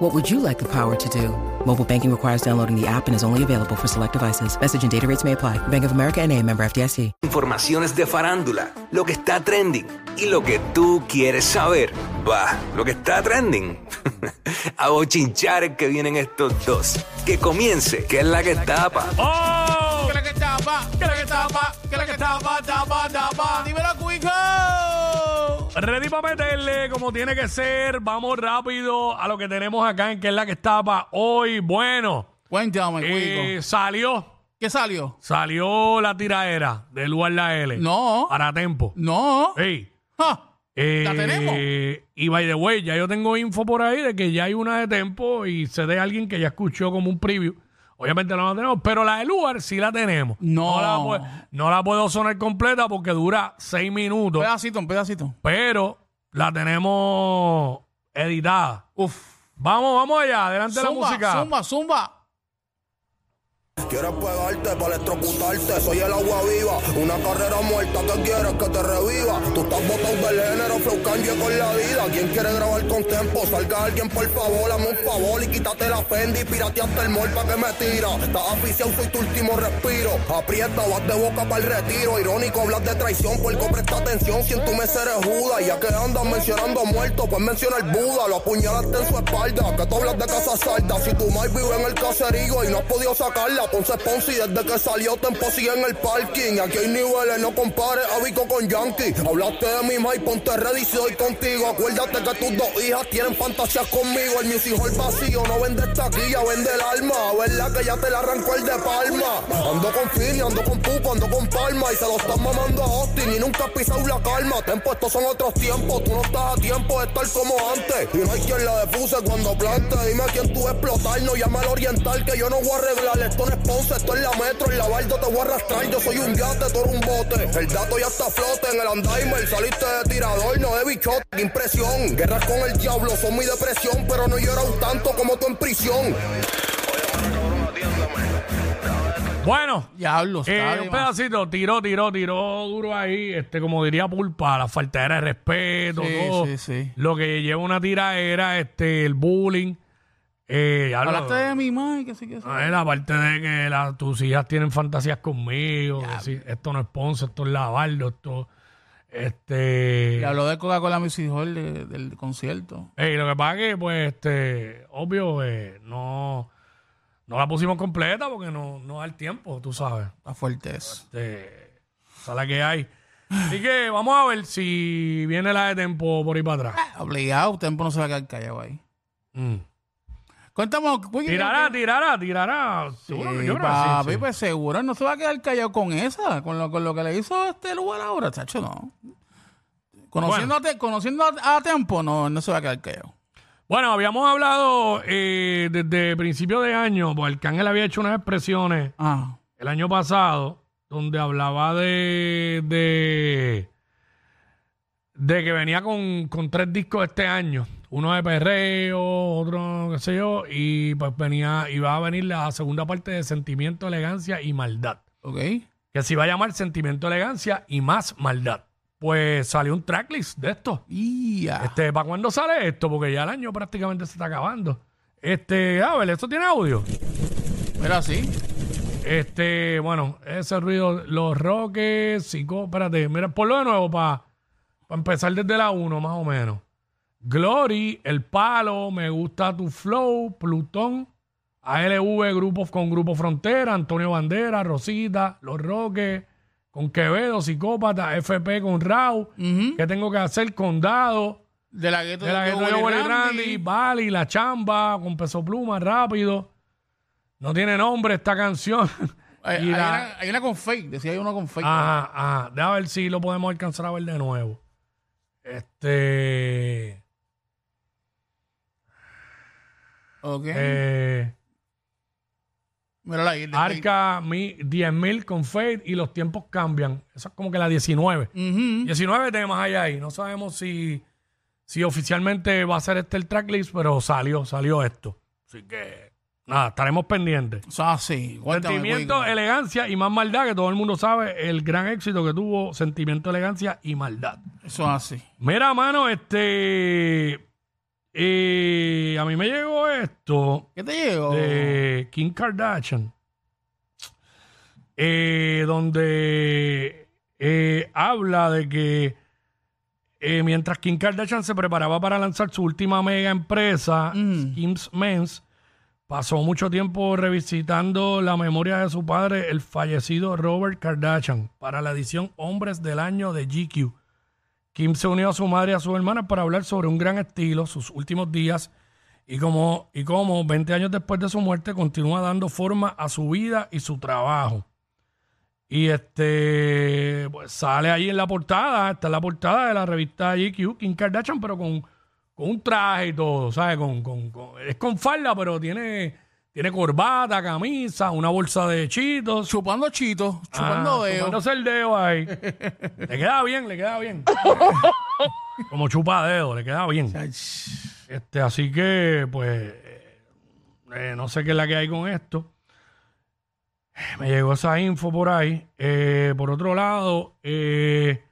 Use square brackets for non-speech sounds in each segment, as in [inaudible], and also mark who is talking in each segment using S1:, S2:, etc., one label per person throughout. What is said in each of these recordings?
S1: What would you like the power to do? Mobile banking requires downloading the app and is only available for select devices. Message and data rates may apply. Bank of America and a member FDIC.
S2: Informaciones de farándula, lo que está trending y lo que tú quieres saber. Va, lo que está trending. [laughs] A bochinchar que vienen estos dos. Que comience, que es la que tapa. [laughs]
S3: ¡Oh! ¿Qué es la que tapa? ¿Qué es la que tapa? ¿Qué es la que tapa? Tapa, tapa. Dímelo, Cuico.
S4: Ready para meterle como tiene que ser. Vamos rápido a lo que tenemos acá en que es la que estaba hoy. Bueno,
S3: Cuéntame,
S4: eh,
S3: Cuico.
S4: salió,
S3: ¿Qué salió?
S4: salió la tiraera del lugar la L.
S3: No.
S4: Para tempo.
S3: No.
S4: Ey,
S3: Ja.
S4: eh,
S3: ¿La tenemos?
S4: Y by the way, ya yo tengo info por ahí de que ya hay una de tempo y sé de alguien que ya escuchó como un preview. Obviamente no la tenemos, pero la del lugar sí la tenemos.
S3: No.
S4: No la, pue- no la puedo sonar completa porque dura seis
S3: Un
S4: minutos.
S3: pedacito, un pedacito.
S4: pero la tenemos editada. Uf. Vamos, vamos allá, adelante la
S3: Zumba,
S4: música.
S3: zumba, zumba.
S5: Quieres pegarte para electrocutarte, soy el agua viva. Una carrera muerta que quieres que te reviva. Tú estás botado del género, flow cambio con la vida. ¿Quién quiere grabar con tempo? Salga alguien por favor, hazme un favor y quítate la Fendi, pirateaste el mol pa' que me tira. Estás aficionado, soy tu último respiro. Aprieta, vas de boca para el retiro. Irónico, hablas de traición, puerco, presta atención. Si en tu mesa eres Judas, ya que andas mencionando muertos, pues menciona el Buda. Lo apuñalaste en su espalda, que tú hablas de casa salta. Si tu mai vive en el caserío y no has podido sacarla, Ponce Ponzi desde que salió Tempo sigue en el parking. Aquí hay niveles, no compares a Vico con Yankee. Hablaste de mi mai, ponte ready si hoy contigo. Acuérdate que tus dos hijas tienen fantasías conmigo. El music hall vacío no vende taquilla, vende el alma. ¿Verdad que ya te la arrancó el de Palma? Ando con Fini, ando con Pupo, ando con Palma. Y se lo están mamando a Austin y nunca has pisado la calma. Tempo, estos son otros tiempos. Tú no estás a tiempo de estar como antes. Y no hay quien la defuse cuando plante. Dime a quién tú explotar, no llama al oriental que yo no voy a arreglar. Esto no es Ponce, esto es la metro. En la barda te voy a arrastrar. Yo soy un yate, tú eres un bote. El dato ya está a flote en el Andaimer. Saliste de tirador, no de bichote. Qué impresión. Guerras con el diablo son mi depresión. Pero no he llorado tanto como tú en prisión.
S4: Bueno,
S3: Diablo,
S4: eh,
S3: está de
S4: un
S3: más.
S4: pedacito, tiró, tiró, tiró duro ahí. Este, como diría Pulpa, la falta de respeto,
S3: Sí,
S4: todo.
S3: sí, sí.
S4: Lo que lleva una tira era este, el bullying. Eh, ya lo-
S3: Hablaste de mi mai, que sí que sí.
S4: Eh, la parte de que la- tus hijas tienen fantasías conmigo. decir, esto no es Ponce, esto es Lavardo, esto. Este.
S3: Y habló de Coca-Cola Music Hall de- del concierto.
S4: Ey, lo que pasa es que, pues, este, obvio, eh, no, no la pusimos completa porque no, no da el tiempo, tú sabes.
S3: Está fuerte eso.
S4: Este, esa es la que hay. Así que vamos a ver si viene la de tempo por ahí para atrás.
S3: Obligado, Tempo no se va a quedar callado ahí.
S4: Mm.
S3: Cuéntame, Cuico.
S4: Tirará, tirará, tirará.
S3: Sí,
S4: Seguro que yo creo que sí,
S3: papi,
S4: sí.
S3: pues seguro no se va a quedar callado con esa, con lo, con lo que le hizo este lugar ahora, chacho, no. Conociéndote, conociendo a, a tiempo, no, no se va a quedar callado.
S4: Bueno, habíamos hablado eh, desde principio de año, porque Arcángel había hecho unas expresiones
S3: Ah,
S4: el año pasado donde hablaba de de, de que venía con, con tres discos este año uno de perreo otro qué sé yo y pues venía iba a venir la segunda parte de sentimiento elegancia y maldad
S3: ok.
S4: que se iba a llamar sentimiento elegancia y más maldad pues salió un tracklist de esto
S3: Y ya.
S4: este para cuándo sale esto porque ya el año prácticamente se está acabando este a ver esto tiene audio
S3: Pero así.
S4: este, bueno, ese ruido, los roques, psico, espérate, mira, ponlo de nuevo para empezar desde la 1 más o menos. Glory, El Palo, Me Gusta Tu Flow, Plutón, ALV, Grupo, con Grupo Frontera, Antonio Bandera, Rosita, Los Roques, con Quevedo, Psicópata, FP con Raúl, ¿Qué tengo que hacer? Condado,
S3: De la gueto
S4: de la que
S3: Joe
S4: no
S3: Willy
S4: Randy, Randy, Bali, La Chamba, con Peso Pluma, Rápido. No tiene nombre esta canción.
S3: Hay,
S4: y
S3: hay
S4: la- Ah,
S3: una, hay una con fake, decía hay una con fake.
S4: Ajá, ajá. Deja ver si lo podemos alcanzar a ver de nuevo. Este...
S3: ok.
S4: eh,
S3: Mira la isla.
S4: Arca mi- 10.000 con Fade y los tiempos cambian. Eso es como que la 19. 19 temas hay ahí. No sabemos si, si oficialmente va a ser este el tracklist, pero salió, salió esto. Así que, nada, estaremos pendientes.
S3: O sea, sí. Cuéntame,
S4: Sentimiento,
S3: Cuico.
S4: elegancia y más maldad, que todo el mundo sabe el gran éxito que tuvo Sentimiento, elegancia y maldad.
S3: Eso es así.
S4: Mira, mano, este. eh, a mí me llegó esto
S3: ¿Qué te llegó?
S4: de Kim Kardashian, eh, donde eh, habla de que eh, mientras Kim Kardashian se preparaba para lanzar su última mega empresa, Kim's Men's, pasó mucho tiempo revisitando la memoria de su padre, el fallecido Robert Kardashian, para la edición Hombres del Año de GQ. Kim se unió a su madre y a su hermana para hablar sobre un gran estilo, sus últimos días y cómo, y cómo 20 años después de su muerte continúa dando forma a su vida y su trabajo. Y este pues, sale ahí en la portada, está en la portada de la revista GQ, Kim Kardashian, pero con, con un traje y todo, ¿sabes? Con, con- con- es con falda, pero tiene, tiene corbata, camisa, una bolsa de chitos.
S3: Chupando chito, chupando
S4: Ah,
S3: dedo.
S4: chupándose el dedo ahí. le queda bien, le queda bien. Como chupa dedo, le queda bien.
S3: Ay, sh-
S4: Este, así que, pues, eh, eh, no sé qué es la que hay con esto. Me llegó esa info por ahí. Eh, por otro lado, eh,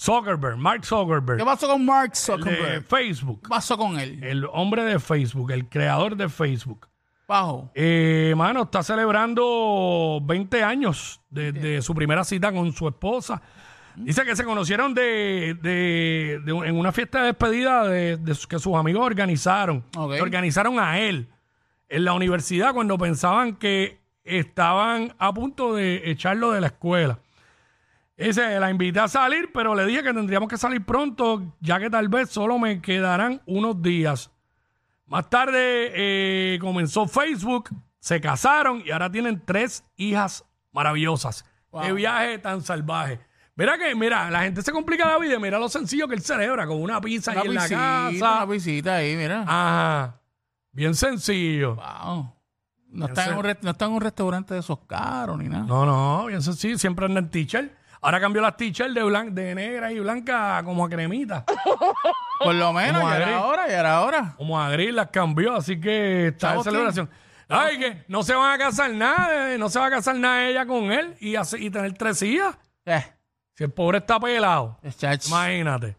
S4: Zuckerberg, Mark Zuckerberg,
S3: ¿Qué pasó con Mark
S4: el de
S3: Zuckerberg?
S4: Facebook,
S3: ¿Qué pasó con él?
S4: el hombre de Facebook, el creador de Facebook.
S3: Bajo.
S4: Eh, mano, está celebrando 20 años desde su primera cita con su esposa. Dice que se conocieron de, de- de un- en una fiesta de despedida de, de su- que sus amigos organizaron.
S3: Ok.
S4: Que Organizaron a él en la universidad cuando pensaban que estaban a punto de echarlo de la escuela. Dice, la invité a salir, pero le dije que tendríamos que salir pronto, ya que tal vez solo me quedarán unos días. Más tarde eh, comenzó Facebook, se casaron y ahora tienen tres hijas maravillosas. Qué viaje tan salvaje. Mira que, mira, la gente se complica la vida. y Mira lo sencillo que él celebra con una pizza
S3: Una
S4: ahí en
S3: visita,
S4: la
S3: una
S4: casa.
S3: visita ahí, mira.
S4: Ajá. Bien sencillo.
S3: Wow. No está,
S4: Ah. sé.
S3: en un rest- no está en un restaurante de esos caros ni nada.
S4: No, no, bien sencillo. Siempre andan teacher. Ahora cambió las teacher de, blan de negra y blanca como a cremita.
S3: Por lo menos,
S4: Como
S3: ya
S4: Madrid.
S3: era hora, ya era hora.
S4: Como a gris las cambió, así que está en
S3: Estamos
S4: celebración. Ay, que no se van a casar nada, eh, no se va a casar nada ella con él y, hace- y tener tres hijas.
S3: Eh,
S4: Si el pobre está pelado,
S3: chach.
S4: imagínate.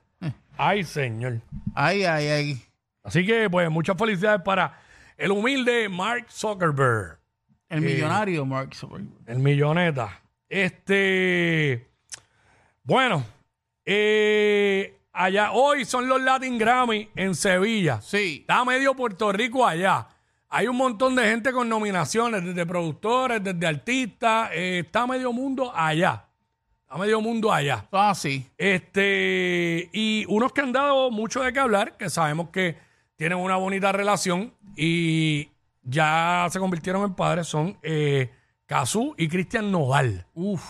S4: Ay, señor.
S3: Ay, ay, ay.
S4: Así que, pues, muchas felicidades para el humilde Mark Zuckerberg,
S3: El
S4: Eh.
S3: millonario Mark Zuckerberg.
S4: el milloneta. Este, bueno, eh, allá hoy son los Latin Grammy en Sevilla.
S3: Sí.
S4: Está medio Puerto Rico allá. Hay un montón de gente con nominaciones, desde productores, desde artistas. eh, está medio mundo allá. Está medio mundo allá.
S3: Ah, sí.
S4: Este, y unos que han dado mucho de qué hablar, que sabemos que tienen una bonita relación y ya se convirtieron en padres, son eh, Cazú y Cristian Nodal.
S3: Uf.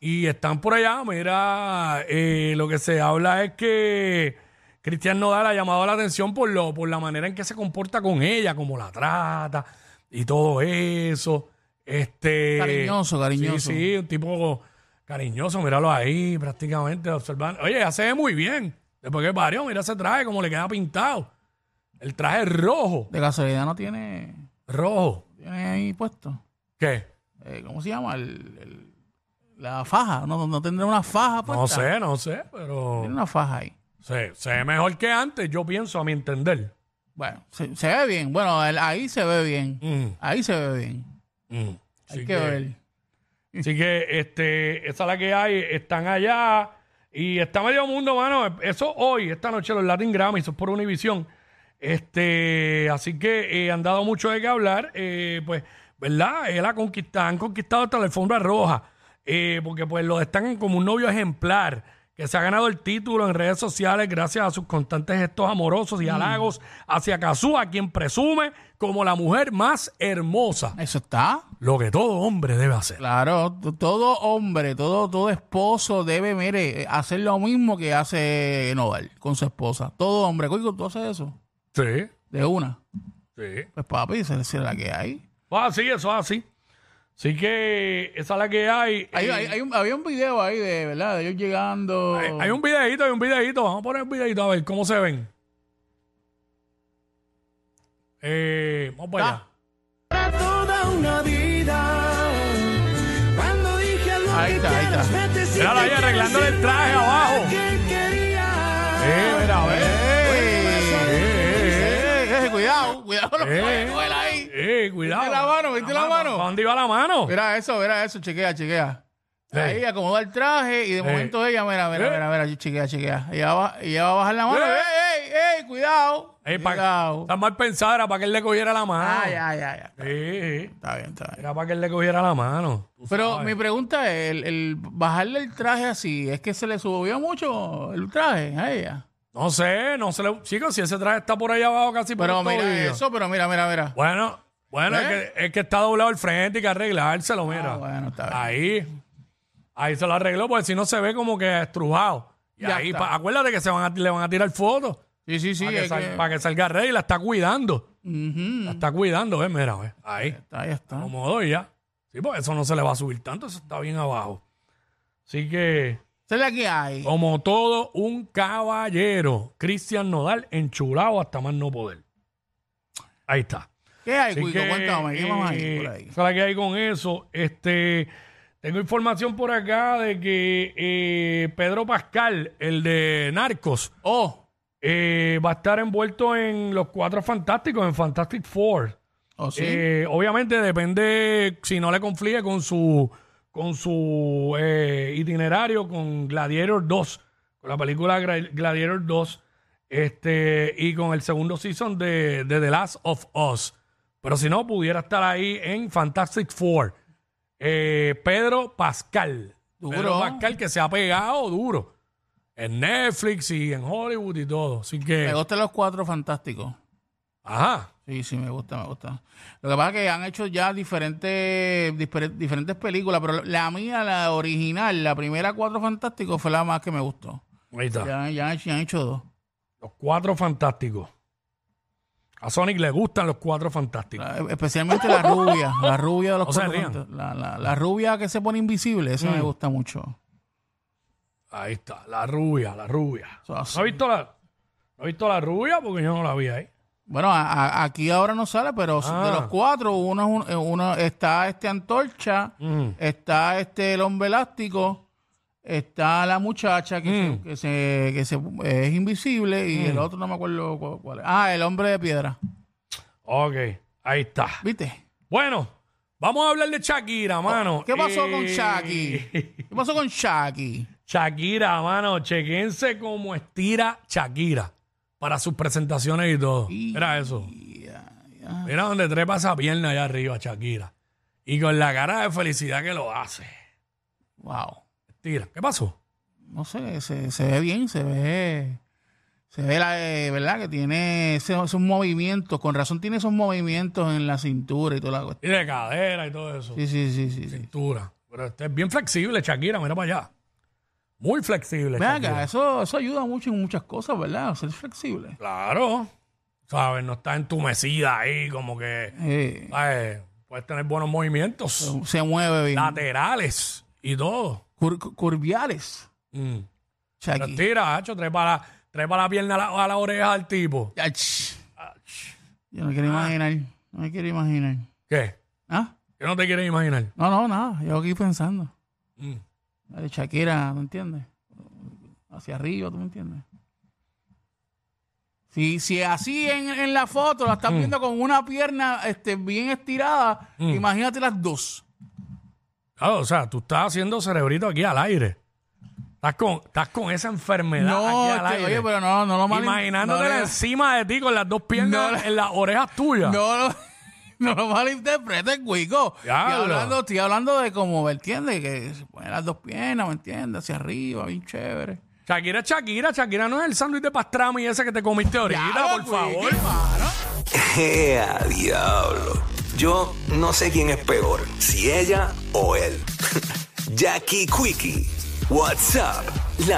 S4: Y están por allá, mira, eh, lo que se habla es que Cristian Nodal ha llamado la atención por, lo, por la manera en que se comporta con ella, cómo la trata y todo eso. Este,
S3: Cariñoso, cariñoso.
S4: Sí, sí, un tipo cariñoso, míralo ahí prácticamente observando. Oye, ya se ve muy bien. Después que parió, mira ese traje, como le queda pintado. El traje rojo,
S3: De casualidad no tiene,
S4: rojo.
S3: tiene ahí puesto.
S4: ¿Qué?
S3: Eh, ¿Cómo se llama? El- el- la faja. No, no tendrá una faja puesta.
S4: No sé, no sé, pero...
S3: Tiene una faja ahí.
S4: Se, se ve mejor que antes, yo pienso, a mi entender.
S3: Bueno, se, se ve bien. Bueno, el- ahí se ve bien.
S4: Mm,
S3: Ahí se ve bien.
S4: mm.
S3: Hay
S4: Así
S3: que ver.
S4: Así que este, esa es la que hay, están allá y está medio mundo, mano. Eso hoy, esta noche, los Latin Grammy, eso es por Univision. Este, así que eh, han dado mucho de qué hablar, eh, pues, ¿verdad? Él ha conquistado, han conquistado hasta la alfombra roja, eh, porque pues lo destacan como un novio ejemplar, que se ha ganado el título en redes sociales gracias a sus constantes gestos amorosos y halagos hacia Kazu, a quien presume como la mujer más hermosa,
S3: Eso está.
S4: lo que todo hombre debe hacer.
S3: Claro, t- todo hombre, todo, todo esposo debe, mire, eh, hacer lo mismo que hace Noval con su esposa. Todo hombre, Coico, tú haces eso.
S4: Sí,
S3: De una.
S4: sí.
S3: Pues papi, se le la que hay.
S4: Eso es así, Ah, eso es así. Así que esa es la que hay.
S3: Hay-
S4: Eh,
S3: hay- hay un- había un video ahí de, ¿verdad? De ellos llegando.
S4: hay- eh, hay un videito, hay un videito. Vamos a poner un videito a ver cómo se ven. Eh, vamos para
S3: Da.
S4: allá.
S3: Ahí está, ahí está.
S4: Míralo ahí arreglándole el traje abajo. Eh, mira, a ver.
S3: ¡Ey!
S4: Eh, eh,
S3: ¡Ey! ey, Cuidado, cuidado con los
S4: Eh.
S3: pañuelos ahí.
S4: eh, eh, cuidado.
S3: ¿Viste la mano? ¿Viste la
S4: ¿Para
S3: mano?
S4: dónde iba la mano?
S3: Mira eso, mira eso, chequea, chequea. Ahí acomoda el traje y de momento ella, mira, mira,
S4: Eh.
S3: mira, mira, chequea, chequea. Ella va, ella va a bajar la mano.
S4: Eh.
S3: ¡Ey, ey, ey! Ah. Cuidado.
S4: Eh, pa-
S3: cuidado. Ah,
S4: Está mal pensada, era para que él le cogiera la mano.
S3: Ay, ay, ay, ay.
S4: Eh, eh,
S3: Está bien, está bien.
S4: era para que él le cogiera la mano. Tú
S3: Pero
S4: sabes.
S3: mi pregunta es, el, el bajarle el traje así, ¿es que se le subió mucho el traje a ella?
S4: No sé, no se le... Chicos, si ese traje está por ahí abajo casi por
S3: Pero
S4: el
S3: mira
S4: tobillo.
S3: eso, pero mira, mira, mira.
S4: Bueno, bueno,
S3: ¿Eh?
S4: es, que, es que está doblado el frente y que arreglárselo, mira.
S3: Ah, bueno, está bien.
S4: Ahí. Ahí se lo arregló, porque si no se ve como que estrujado. Y
S3: Ya
S4: ahí,
S3: está.
S4: pa- acuérdate que se van a, le van a tirar fotos
S3: Sí, sí, sí.
S4: para, Ah, que
S3: es
S4: sal-
S3: que-
S4: para que salga rey. La está cuidando.
S3: Ujú.
S4: La está cuidando, ¿ves? Mira, ¿ves? Ahí.
S3: Está, ya está.
S4: Acomodo y ya. Sí, pues eso no se le va a subir tanto, eso está bien abajo. Así que,
S3: Esa es la que hay.
S4: como todo un caballero, Cristian Nodal enchulado hasta más no poder. Ahí está.
S3: ¿Qué hay,
S4: Así
S3: Cuico?
S4: que,
S3: Cuéntame, ¿qué más hay
S4: eh,
S3: por ahí?
S4: esa es la que hay con eso? Este, tengo información por acá de que eh, Pedro Pascal, el de Narcos,
S3: Oh,
S4: eh, va a estar envuelto en los cuatro fantásticos, en Fantastic Four.
S3: oh, sí.
S4: Eh, obviamente depende si no le conflige con su con su eh, itinerario con Gladiator 2, con la película Gra- Gladiator 2, este, y con el segundo season de, de The Last of Us. Pero si no, pudiera estar ahí en Fantastic Four. Eh, Pedro Pascal.
S3: Duro.
S4: Pedro Pascal que se ha pegado duro. En Netflix y en Hollywood y todo. Así
S3: me
S4: que.
S3: gustan los cuatro fantásticos.
S4: Ajá.
S3: Sí, sí, me gusta, me gusta. Lo que pasa es que han hecho ya diferentes, difer- diferentes películas, pero la mía, la original, la primera Cuatro Fantásticos, fue la más que me gustó.
S4: Ahí está.
S3: Ya, ya han, hecho, ya han hecho dos.
S4: Los cuatro fantásticos. A Sonic le gustan los cuatro fantásticos.
S3: La- especialmente la rubia, la
S4: [laughs]
S3: rubia de los
S4: No se
S3: Cuatro
S4: rían.
S3: Fantásticos. la, la- la rubia que se pone invisible,
S4: Mm.
S3: esa me gusta mucho.
S4: Ahí está, la rubia, la rubia.
S3: Eso así.
S4: ¿No has visto la, no has visto la rubia? Porque yo no la vi ahí.
S3: Bueno, a- a- aquí ahora no sale, pero de los cuatro, uno, es un- eh, uno está este antorcha, está este el hombre elástico, está la muchacha que, se, que, se- que se- eh, es invisible y el otro no me acuerdo cu- cuál es. Ah, el hombre de piedra.
S4: Ok, ahí está.
S3: ¿Viste?
S4: Bueno, vamos a hablar de Shakira, mano.
S3: Oh, ¿Qué pasó con
S4: Eh,
S3: Shaki? ¿Qué pasó con Shaki?
S4: [laughs] Shakira, mano, chequense cómo estira Shakira para sus presentaciones y todo. Era eso. Mira donde trepa esa pierna allá arriba, Shakira. Y con la cara de felicidad que lo hace.
S3: Wow.
S4: Estira. ¿Qué pasó?
S3: No sé, se, se ve bien, se ve. Se ve la eh, verdad que tiene ese- esos movimientos, con razón tiene esos movimientos en la cintura y toda la cuestión.
S4: Y de cadera y todo eso.
S3: Sí, sí, sí, sí. sí.
S4: Cintura. Pero este es bien flexible, Shakira, mira para allá. Muy flexible.
S3: Ven
S4: Shakira.
S3: acá, eso, eso ayuda mucho en muchas cosas, ¿verdad? Ser flexible.
S4: Claro. Sabes, no está entumecida ahí, como que
S3: Eh,
S4: ¿sabes? puedes tener buenos movimientos
S3: se mueve bien.
S4: laterales y todo.
S3: Cur- cu- curviales.
S4: Mm. Pero
S3: Shaki.
S4: Estira, hacho, trepa la, trepa la pierna a la, a la oreja al tipo.
S3: Ach. Yo no
S4: Ah.
S3: quiero imaginar. No me quiero imaginar.
S4: ¿Qué?
S3: ¿Ah?
S4: Que no te quieres imaginar.
S3: No, no, nada. Yo aquí pensando.
S4: Mm.
S3: Dale, Shakira, ¿me entiendes? Hacia arriba, ¿tú me entiendes? Si, si así en, en la foto la
S4: Mm.
S3: estás viendo con una pierna este, bien estirada, imagínate las dos.
S4: Claro, o sea, tú estás haciendo cerebrito aquí al aire. Estás con, estás con esa enfermedad
S3: No,
S4: aquí al
S3: este,
S4: aire.
S3: oye, pero no, no lo mal-
S4: Imaginándotela
S3: no le-
S4: encima de ti con las dos piernas
S3: No le-
S4: en las orejas tuyas.
S3: No, [laughs] no, no lo malinterpretes, Cuico. Estoy
S4: Diablo.
S3: hablando, estoy hablando de como, ¿me entiendes? Que se ponen las dos piernas, ¿me entiendes? Hacia arriba, bien chévere.
S4: Shakira, Shakira, Shakira no es el sándwich de pastrami ese que te comiste ahorita, por favor.
S2: ¡Ea, Eh, diablo! Yo no sé quién es peor, [laughs] si ella o él. Jackie Quickie, WhatsApp, la